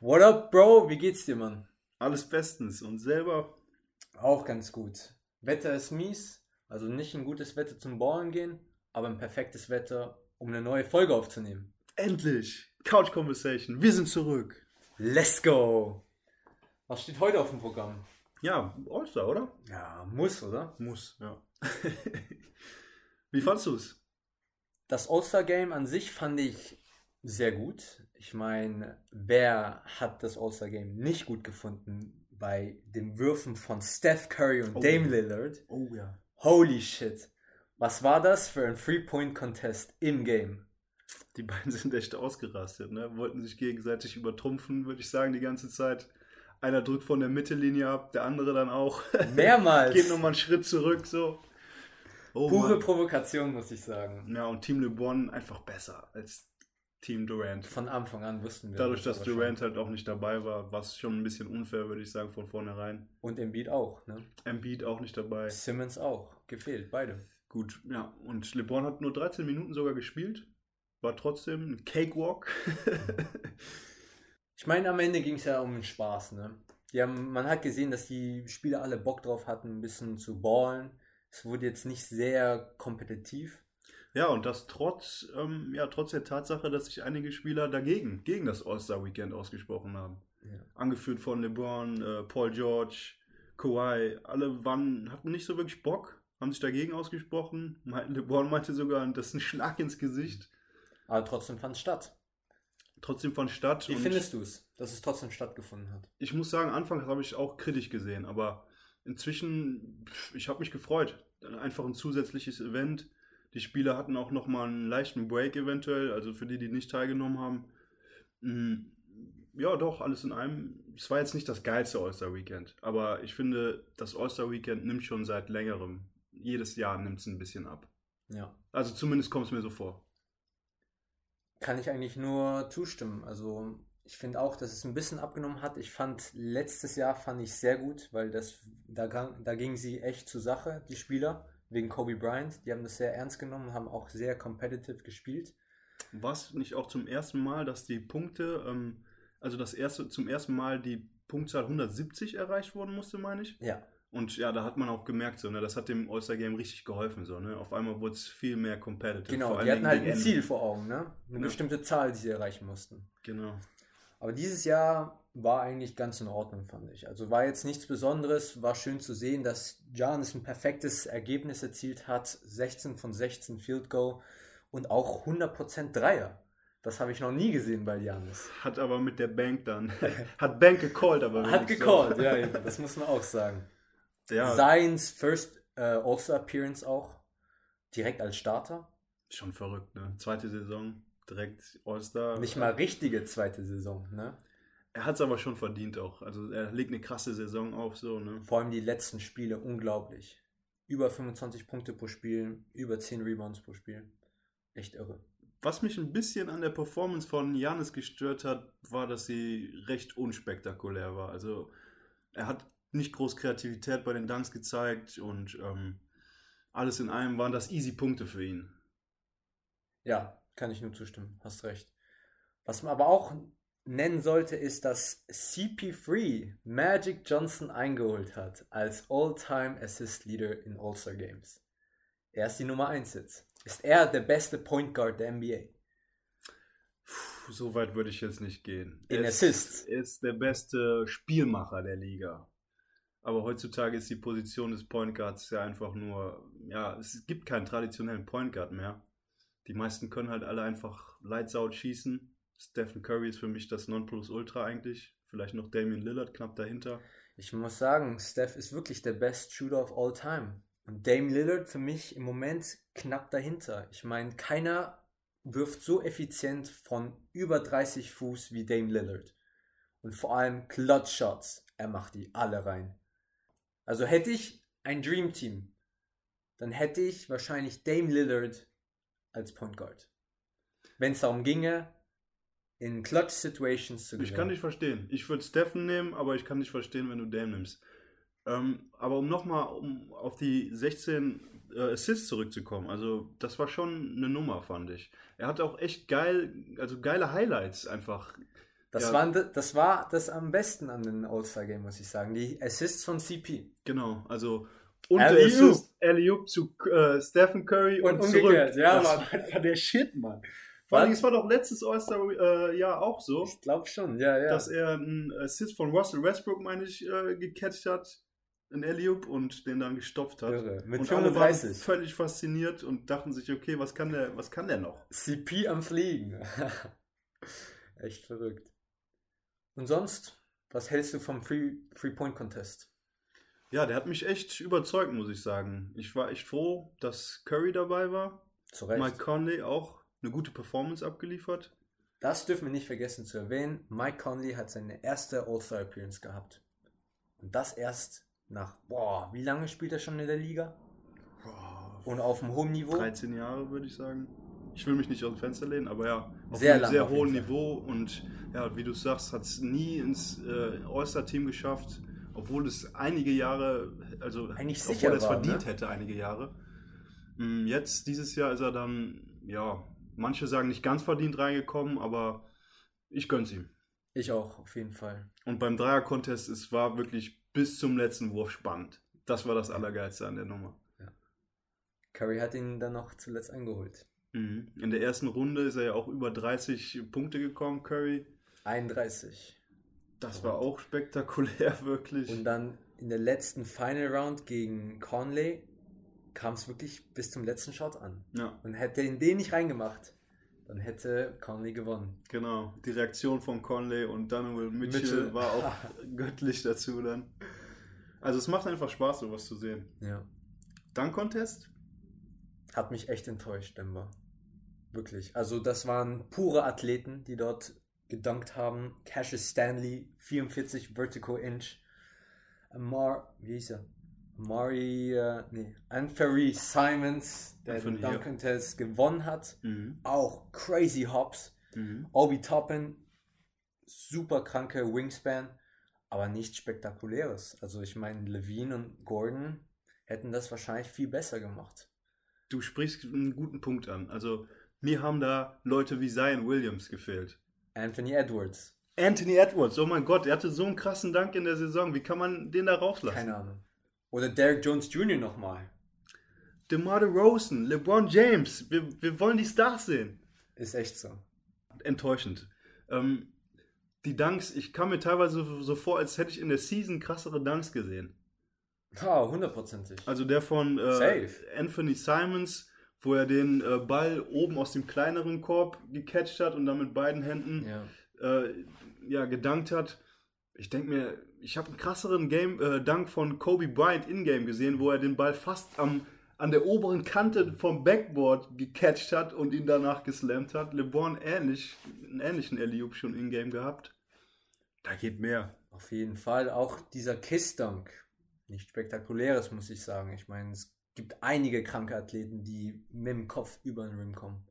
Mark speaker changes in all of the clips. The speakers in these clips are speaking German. Speaker 1: What up, Bro? Wie geht's dir, Mann?
Speaker 2: Alles bestens und selber.
Speaker 1: Auch ganz gut. Wetter ist mies, also nicht ein gutes Wetter zum Ballen gehen, aber ein perfektes Wetter, um eine neue Folge aufzunehmen.
Speaker 2: Endlich! Couch Conversation, wir sind zurück.
Speaker 1: Let's go! Was steht heute auf dem Programm?
Speaker 2: Ja, All-Star, oder?
Speaker 1: Ja, muss, oder?
Speaker 2: Muss, ja. Wie fandst du es?
Speaker 1: Das All-Star-Game an sich fand ich sehr gut. Ich meine, wer hat das All-Star-Game nicht gut gefunden bei den Würfen von Steph Curry und
Speaker 2: Oh.
Speaker 1: Dame Lillard?
Speaker 2: Oh ja.
Speaker 1: Holy shit. Was war das für ein Three-Point-Contest im Game?
Speaker 2: Die beiden sind echt ausgerastet, ne? Wollten sich gegenseitig übertrumpfen, würde ich sagen, die ganze Zeit. Einer drückt von der Mittellinie ab, der andere dann auch.
Speaker 1: Mehrmals.
Speaker 2: Geht nochmal einen Schritt zurück, so. Oh,
Speaker 1: Pure
Speaker 2: Mann.
Speaker 1: Provokation, muss ich sagen.
Speaker 2: Ja, und Team LeBron einfach besser als Team Durant.
Speaker 1: Von Anfang an wussten wir
Speaker 2: Dadurch,
Speaker 1: das
Speaker 2: dass
Speaker 1: aber schon.
Speaker 2: Durant halt auch nicht dabei war, war es schon ein bisschen unfair, würde ich sagen, von vornherein.
Speaker 1: Und Embiid auch, ne?
Speaker 2: Embiid auch nicht dabei.
Speaker 1: Simmons auch. Gefehlt, beide.
Speaker 2: Gut, ja. Und LeBron hat nur 13 Minuten sogar gespielt. War trotzdem ein Cakewalk.
Speaker 1: Ich meine, am Ende ging es ja um den Spaß, ne? Die haben, man hat gesehen, dass die Spieler alle Bock drauf hatten, ein bisschen zu ballen. Es wurde jetzt nicht sehr kompetitiv.
Speaker 2: ja, und das trotz, ähm, ja, trotz der Tatsache, dass sich einige Spieler dagegen, gegen das All-Star-Weekend ausgesprochen haben.
Speaker 1: Ja.
Speaker 2: Angeführt von LeBron, äh, Paul George, Kawhi. Alle waren, hatten nicht so wirklich Bock, haben sich dagegen ausgesprochen. Mei- LeBron meinte sogar, das ist ein Schlag ins Gesicht.
Speaker 1: Aber trotzdem fand es statt.
Speaker 2: Trotzdem fand statt.
Speaker 1: Wie
Speaker 2: und-
Speaker 1: findest du es, dass es trotzdem stattgefunden hat?
Speaker 2: ich muss sagen, anfangs habe ich auch kritisch gesehen, aber inzwischen, pff, ich habe mich gefreut. Einfach ein zusätzliches Event. Die Spieler hatten auch nochmal einen leichten Break eventuell, also für die, die nicht teilgenommen haben. Mm, Ja, doch, alles in allem. Es war jetzt nicht das geilste All-Star-Weekend, aber ich finde, das All-Star-Weekend nimmt schon seit längerem. Jedes Jahr nimmt es ein bisschen ab.
Speaker 1: Ja.
Speaker 2: Also zumindest kommt es mir so vor.
Speaker 1: Kann ich eigentlich nur zustimmen. Also ich finde auch, dass es ein bisschen abgenommen hat. Ich fand letztes Jahr fand ich sehr gut, weil das da, gang- da gingen sie echt zur Sache, die Spieler, wegen Kobe Bryant. Die haben das sehr ernst genommen, haben auch sehr competitive gespielt.
Speaker 2: War es nicht auch zum ersten Mal, dass die Punkte, ähm, also das erste, zum ersten Mal die Punktzahl 170 erreicht worden musste, meine ich?
Speaker 1: Ja,
Speaker 2: Und ja, da hat man auch gemerkt, so, ne, das hat dem All-Star-Game richtig geholfen. So, ne? Auf einmal wurde es viel mehr competitive.
Speaker 1: genau.
Speaker 2: vor
Speaker 1: Die
Speaker 2: allen
Speaker 1: hatten halt ein
Speaker 2: Dingen
Speaker 1: Ziel vor Augen, ne? Eine
Speaker 2: Ja.
Speaker 1: bestimmte Zahl, die sie erreichen mussten.
Speaker 2: gegen Ende. Genau.
Speaker 1: Aber dieses Jahr war eigentlich ganz in Ordnung, fand ich. Also war jetzt nichts Besonderes, war schön zu sehen, dass Giannis ein perfektes Ergebnis erzielt hat. 16 von 16 Field Goal und auch 100% Dreier. Das habe ich noch nie gesehen bei Giannis.
Speaker 2: Hat aber mit der Bank dann. hat Bank gecallt, aber
Speaker 1: Hat
Speaker 2: wenigstens.
Speaker 1: gecallt, ja, eben. das muss man auch sagen.
Speaker 2: Ja,
Speaker 1: Seins First äh, All-Star-Appearance auch, direkt als Starter.
Speaker 2: schon verrückt, ne? Zweite Saison, direkt All-Star.
Speaker 1: Nicht mal richtige zweite Saison, ne?
Speaker 2: Er hat es aber schon verdient auch. Also er legt eine krasse Saison auf, so, ne?
Speaker 1: Vor allem die letzten Spiele unglaublich. Über 25 Punkte pro Spiel, über 10 Rebounds pro Spiel. Echt irre.
Speaker 2: Was mich ein bisschen an der Performance von Janis gestört hat, war, dass sie recht unspektakulär war. Also er hat nicht groß Kreativität bei den Dunks gezeigt und ähm, alles in allem waren das easy Punkte für ihn.
Speaker 1: Ja, kann ich nur zustimmen. Hast recht. Was man aber auch nennen sollte, ist, dass CP3 Magic Johnson eingeholt hat als All-Time Assist Leader in All-Star Games. Er ist die Nummer 1 jetzt. Ist er der beste Point Guard der NBA?
Speaker 2: Puh, so weit würde ich jetzt nicht gehen.
Speaker 1: In
Speaker 2: er ist,
Speaker 1: Assists.
Speaker 2: Er ist der beste Spielmacher der Liga. Aber heutzutage ist die Position des Point Guards ja einfach nur, ja, es gibt keinen traditionellen Point Guard mehr. Die meisten können halt alle einfach lights out schießen. Stephen Curry ist für mich das Nonplusultra eigentlich. Vielleicht noch Damian Lillard knapp dahinter.
Speaker 1: Ich muss sagen, Steph ist wirklich der Best Shooter of all time. Und Dame Lillard für mich im Moment knapp dahinter. Ich meine, keiner wirft so effizient von über 30 Fuß wie Dame Lillard. Und vor allem Clutch Shots. Er macht die alle rein. Also hätte ich ein Dream Team, dann hätte ich wahrscheinlich Dame Lillard als Point Guard. Wenn es darum ginge, in Clutch Situations zu gewinnen.
Speaker 2: Ich kann dich verstehen. Ich würde Steffen nehmen, aber ich kann dich verstehen, wenn du Dame nimmst. Ähm, aber um nochmal um auf die 16 äh, Assists zurückzukommen, also das war schon eine Nummer, fand ich. Er hat auch echt geil, also geile Highlights einfach
Speaker 1: Das,
Speaker 2: Ja.
Speaker 1: waren, das war das am besten an den All-Star-Game, muss ich sagen. Die Assists von CP.
Speaker 2: Genau, also und
Speaker 1: Alley-oop.
Speaker 2: der Assist Alley-oop zu äh, Stephen Curry und,
Speaker 1: Und
Speaker 2: zurück.
Speaker 1: umgekehrt, ja,
Speaker 2: das
Speaker 1: Mann.
Speaker 2: war einfach der Shit, Mann. Vor allem,
Speaker 1: Was?
Speaker 2: es war doch letztes All-Star-Jahr äh, Jahr auch so,
Speaker 1: Ich glaube schon, ja, ja.
Speaker 2: dass er einen Assist von Russell Westbrook, meine ich, äh, gecatcht hat, einen Alley-oop und den dann gestopft hat.
Speaker 1: Irre. Mit
Speaker 2: und alle waren
Speaker 1: 35.
Speaker 2: völlig fasziniert und dachten sich, okay, was kann der, was kann der noch?
Speaker 1: CP am Fliegen. Echt verrückt. Und sonst, was hältst du vom Free- Three-Point-Contest?
Speaker 2: Ja, der hat mich echt überzeugt, muss ich sagen. Ich war echt froh, dass Curry dabei war.
Speaker 1: Zu Recht.
Speaker 2: Mike Conley auch eine gute Performance abgeliefert.
Speaker 1: Das dürfen wir nicht vergessen zu erwähnen. Mike Conley hat seine erste All-Star-Appearance gehabt. Und das erst nach, boah, wie lange spielt er schon in der Liga? Und auf einem hohen Niveau?
Speaker 2: 13 Jahre, würde ich sagen. Ich will mich nicht aus dem Fenster lehnen, aber ja, auf
Speaker 1: Sehr
Speaker 2: einem
Speaker 1: lang
Speaker 2: sehr
Speaker 1: auf jeden
Speaker 2: hohen
Speaker 1: Fall.
Speaker 2: Niveau. Und ja, wie du sagst, hat es nie ins äh, All-Star-Team geschafft, obwohl es einige Jahre, also
Speaker 1: Eigentlich
Speaker 2: obwohl
Speaker 1: sicher
Speaker 2: er es
Speaker 1: war,
Speaker 2: verdient
Speaker 1: ne?
Speaker 2: hätte, einige Jahre. Mm, Jetzt, dieses Jahr, ist er dann, ja, manche sagen nicht ganz verdient reingekommen, aber ich gönn's ihm.
Speaker 1: Ich auch, auf jeden Fall.
Speaker 2: Und beim Dreier-Contest, es war wirklich bis zum letzten Wurf spannend. Das war das Allergeilste an der Nummer.
Speaker 1: Curry hat ihn dann noch zuletzt eingeholt.
Speaker 2: Mhm. In der ersten Runde ist er ja auch über 30 Punkte gekommen, Curry.
Speaker 1: 31.
Speaker 2: Das war auch spektakulär, wirklich.
Speaker 1: Und dann in der letzten Final Round gegen Conley kam es wirklich bis zum letzten Shot an.
Speaker 2: ja,
Speaker 1: Und hätte ihn den nicht reingemacht, dann hätte Conley gewonnen.
Speaker 2: genau. Die Reaktion von Conley und Donovan Mitchell,
Speaker 1: Mitchell.
Speaker 2: war auch göttlich dazu dann. Also es macht einfach Spaß, sowas zu sehen.
Speaker 1: Ja.
Speaker 2: Dann Contest?
Speaker 1: Hat mich echt enttäuscht, Denver. Wirklich. Also, das waren pure Athleten, die dort gedankt haben. Cassius Stanley, 44 Vertical Inch. Amar, wie hieß er? Amari, äh, nee, Anferi Simons, der
Speaker 2: Anthony,
Speaker 1: den
Speaker 2: ja.
Speaker 1: Dunk Contest gewonnen hat.
Speaker 2: Mhm.
Speaker 1: Auch crazy Hops.
Speaker 2: Mhm.
Speaker 1: Obi Toppin, super kranke Wingspan, aber nichts Spektakuläres. Also, ich meine, Levine und Gordon hätten das wahrscheinlich viel besser gemacht.
Speaker 2: Du sprichst einen guten Punkt an. Also mir haben da Leute wie Zion Williams gefehlt.
Speaker 1: Anthony Edwards.
Speaker 2: Anthony Edwards, oh mein Gott, er hatte so einen krassen Dank in der Saison. Wie kann man den da rauslassen?
Speaker 1: Keine Ahnung. Oder Derek Jones Jr. nochmal.
Speaker 2: DeMar DeRozan, LeBron James, wir, wir wollen die Stars sehen.
Speaker 1: Ist echt so.
Speaker 2: Enttäuschend. Ähm, die Dunks, ich kam mir teilweise so- so vor, als hätte ich in der Season krassere Dunks gesehen.
Speaker 1: Ah, hundertprozentig.
Speaker 2: Also der von äh,
Speaker 1: Safe.
Speaker 2: Anthony Simons, wo er den äh, Ball oben aus dem kleineren Korb gecatcht hat und dann mit beiden Händen
Speaker 1: ja.
Speaker 2: äh, ja, gedankt hat. Ich denke mir, ich habe einen krasseren Game, äh, Dank von Kobe Bryant in-game gesehen, wo er den Ball fast am, an der oberen Kante vom Backboard gecatcht hat und ihn danach geslammt hat. LeBron ähnlich, einen ähnlichen Eliup schon in-game gehabt. Da geht mehr.
Speaker 1: Auf jeden Fall. Auch dieser Kiss-Dunk. Nicht spektakuläres, muss ich sagen. Ich meine, es gibt einige kranke Athleten, die mit dem Kopf über den Rim kommen.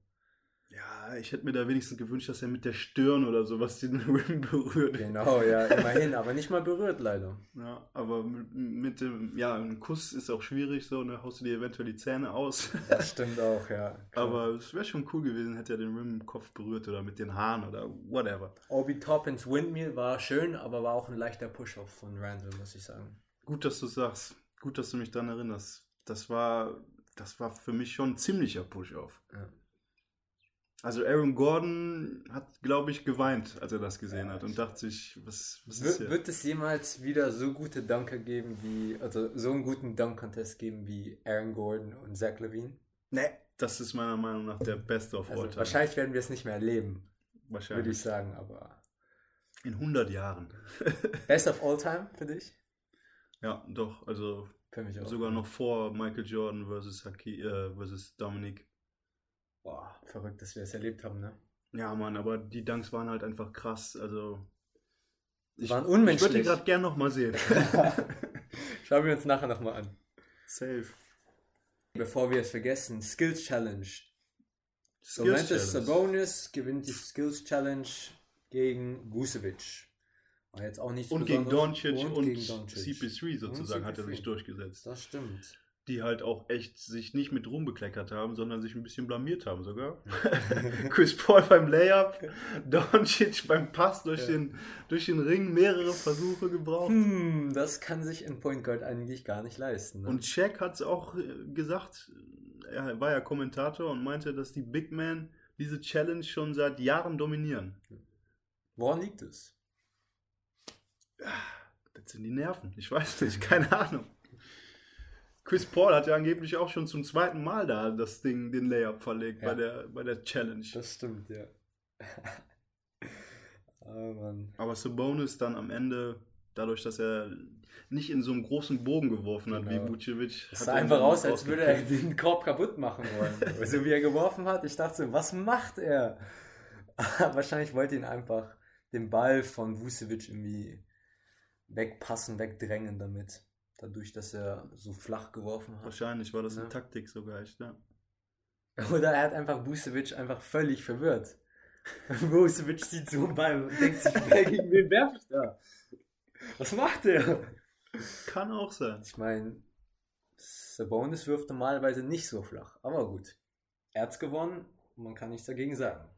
Speaker 2: Ja, ich hätte mir da wenigstens gewünscht, dass er mit der Stirn oder sowas den Rim berührt.
Speaker 1: Genau, ja, immerhin. aber nicht mal berührt, leider.
Speaker 2: Ja, aber mit, mit dem, ja, ein Kuss ist auch schwierig, so, ne, haust du dir eventuell die Zähne aus.
Speaker 1: Das stimmt auch, ja.
Speaker 2: Aber es wäre schon cool gewesen, hätte er den Rim im Kopf berührt oder mit den Haaren oder whatever.
Speaker 1: Obi Toppins Windmill war schön, aber war auch ein leichter Push-Off von Randall, muss ich sagen.
Speaker 2: Gut, dass du sagst. Gut, dass du mich daran erinnerst. Das war, das war für mich schon ein ziemlicher Push-Off.
Speaker 1: Ja.
Speaker 2: Also Aaron Gordon hat, glaube ich, geweint, als er das gesehen
Speaker 1: Ja,
Speaker 2: hat und
Speaker 1: ich-
Speaker 2: dachte sich, was, was ist
Speaker 1: W
Speaker 2: hier?
Speaker 1: wird es jemals wieder so gute Dunker geben wie, also so einen guten Dunk-Contest geben wie Aaron Gordon und Zach Levine?
Speaker 2: Nee. Das ist meiner Meinung nach der beste of all
Speaker 1: Also,
Speaker 2: time.
Speaker 1: wahrscheinlich werden wir es nicht mehr erleben, würde ich
Speaker 2: wahrscheinlich.
Speaker 1: sagen, aber.
Speaker 2: In 100 Jahren.
Speaker 1: Best of all time für dich?
Speaker 2: Ja, doch. Also
Speaker 1: Für mich auch.
Speaker 2: sogar noch vor Michael Jordan versus, Haki, äh, versus Dominic.
Speaker 1: Boah, verrückt, dass wir es erlebt haben, ne?
Speaker 2: Ja, Mann, aber die Dunks waren halt einfach krass. Also.
Speaker 1: Die waren
Speaker 2: Ich würde die
Speaker 1: unmenschlich.
Speaker 2: gerade gern nochmal sehen.
Speaker 1: Schauen wir uns nachher nochmal an.
Speaker 2: Safe.
Speaker 1: Bevor wir es vergessen, Skills Challenge.
Speaker 2: Skills
Speaker 1: Domantas
Speaker 2: Challenge.
Speaker 1: Sabonis gewinnt die Skills Challenge gegen Vucevic. War jetzt auch nichts
Speaker 2: Und gegen
Speaker 1: Besonderes.
Speaker 2: Doncic und,
Speaker 1: gegen Doncic.
Speaker 2: CP3 sozusagen
Speaker 1: Und
Speaker 2: hat er
Speaker 1: CP3.
Speaker 2: sich durchgesetzt.
Speaker 1: Das stimmt.
Speaker 2: die halt auch echt sich nicht mit Ruhm bekleckert haben, sondern sich ein bisschen blamiert haben sogar. Chris Paul beim Layup, Doncic beim Pass durch,
Speaker 1: Ja.
Speaker 2: den, durch den Ring, mehrere Versuche gebraucht.
Speaker 1: Hm, das kann sich ein Point Guard eigentlich gar nicht leisten. Ne?
Speaker 2: Und Shaq hat es auch äh, gesagt, äh, er war ja Kommentator und meinte, dass die Big Men diese Challenge schon seit Jahren dominieren.
Speaker 1: Woran liegt es?
Speaker 2: Das sind die Nerven, ich weiß nicht, keine Ahnung. Chris Paul hat ja angeblich auch schon zum zweiten Mal da das Ding, den Layup verlegt
Speaker 1: Ja.
Speaker 2: bei, der, bei der Challenge.
Speaker 1: Das stimmt, ja. Ah, Mann.
Speaker 2: Aber Sabonis dann am Ende, dadurch, dass er nicht in so einem großen Bogen geworfen hat
Speaker 1: Genau.
Speaker 2: wie Vucevic.
Speaker 1: Es
Speaker 2: hat
Speaker 1: sah
Speaker 2: er
Speaker 1: einfach
Speaker 2: ihn
Speaker 1: aus, als würde er
Speaker 2: rausgekickt.
Speaker 1: den Korb kaputt machen wollen. so wie er geworfen hat. Ich dachte so, was macht er? Wahrscheinlich wollte ihn einfach den Ball von Vucevic irgendwie wegpassen, wegdrängen damit. Dadurch, dass er so flach geworfen hat.
Speaker 2: Wahrscheinlich war das eine
Speaker 1: Ja.
Speaker 2: Taktik sogar, echt, ja.
Speaker 1: Oder er hat einfach Vucevic einfach völlig verwirrt. Vucevic sieht so einen Ball und denkt sich, wer gegen wen werfe ich da? Was macht er?
Speaker 2: Kann auch sein.
Speaker 1: Ich meine, Sabonis wirft normalerweise nicht so flach, aber gut. Er hat's gewonnen, man kann nichts dagegen sagen.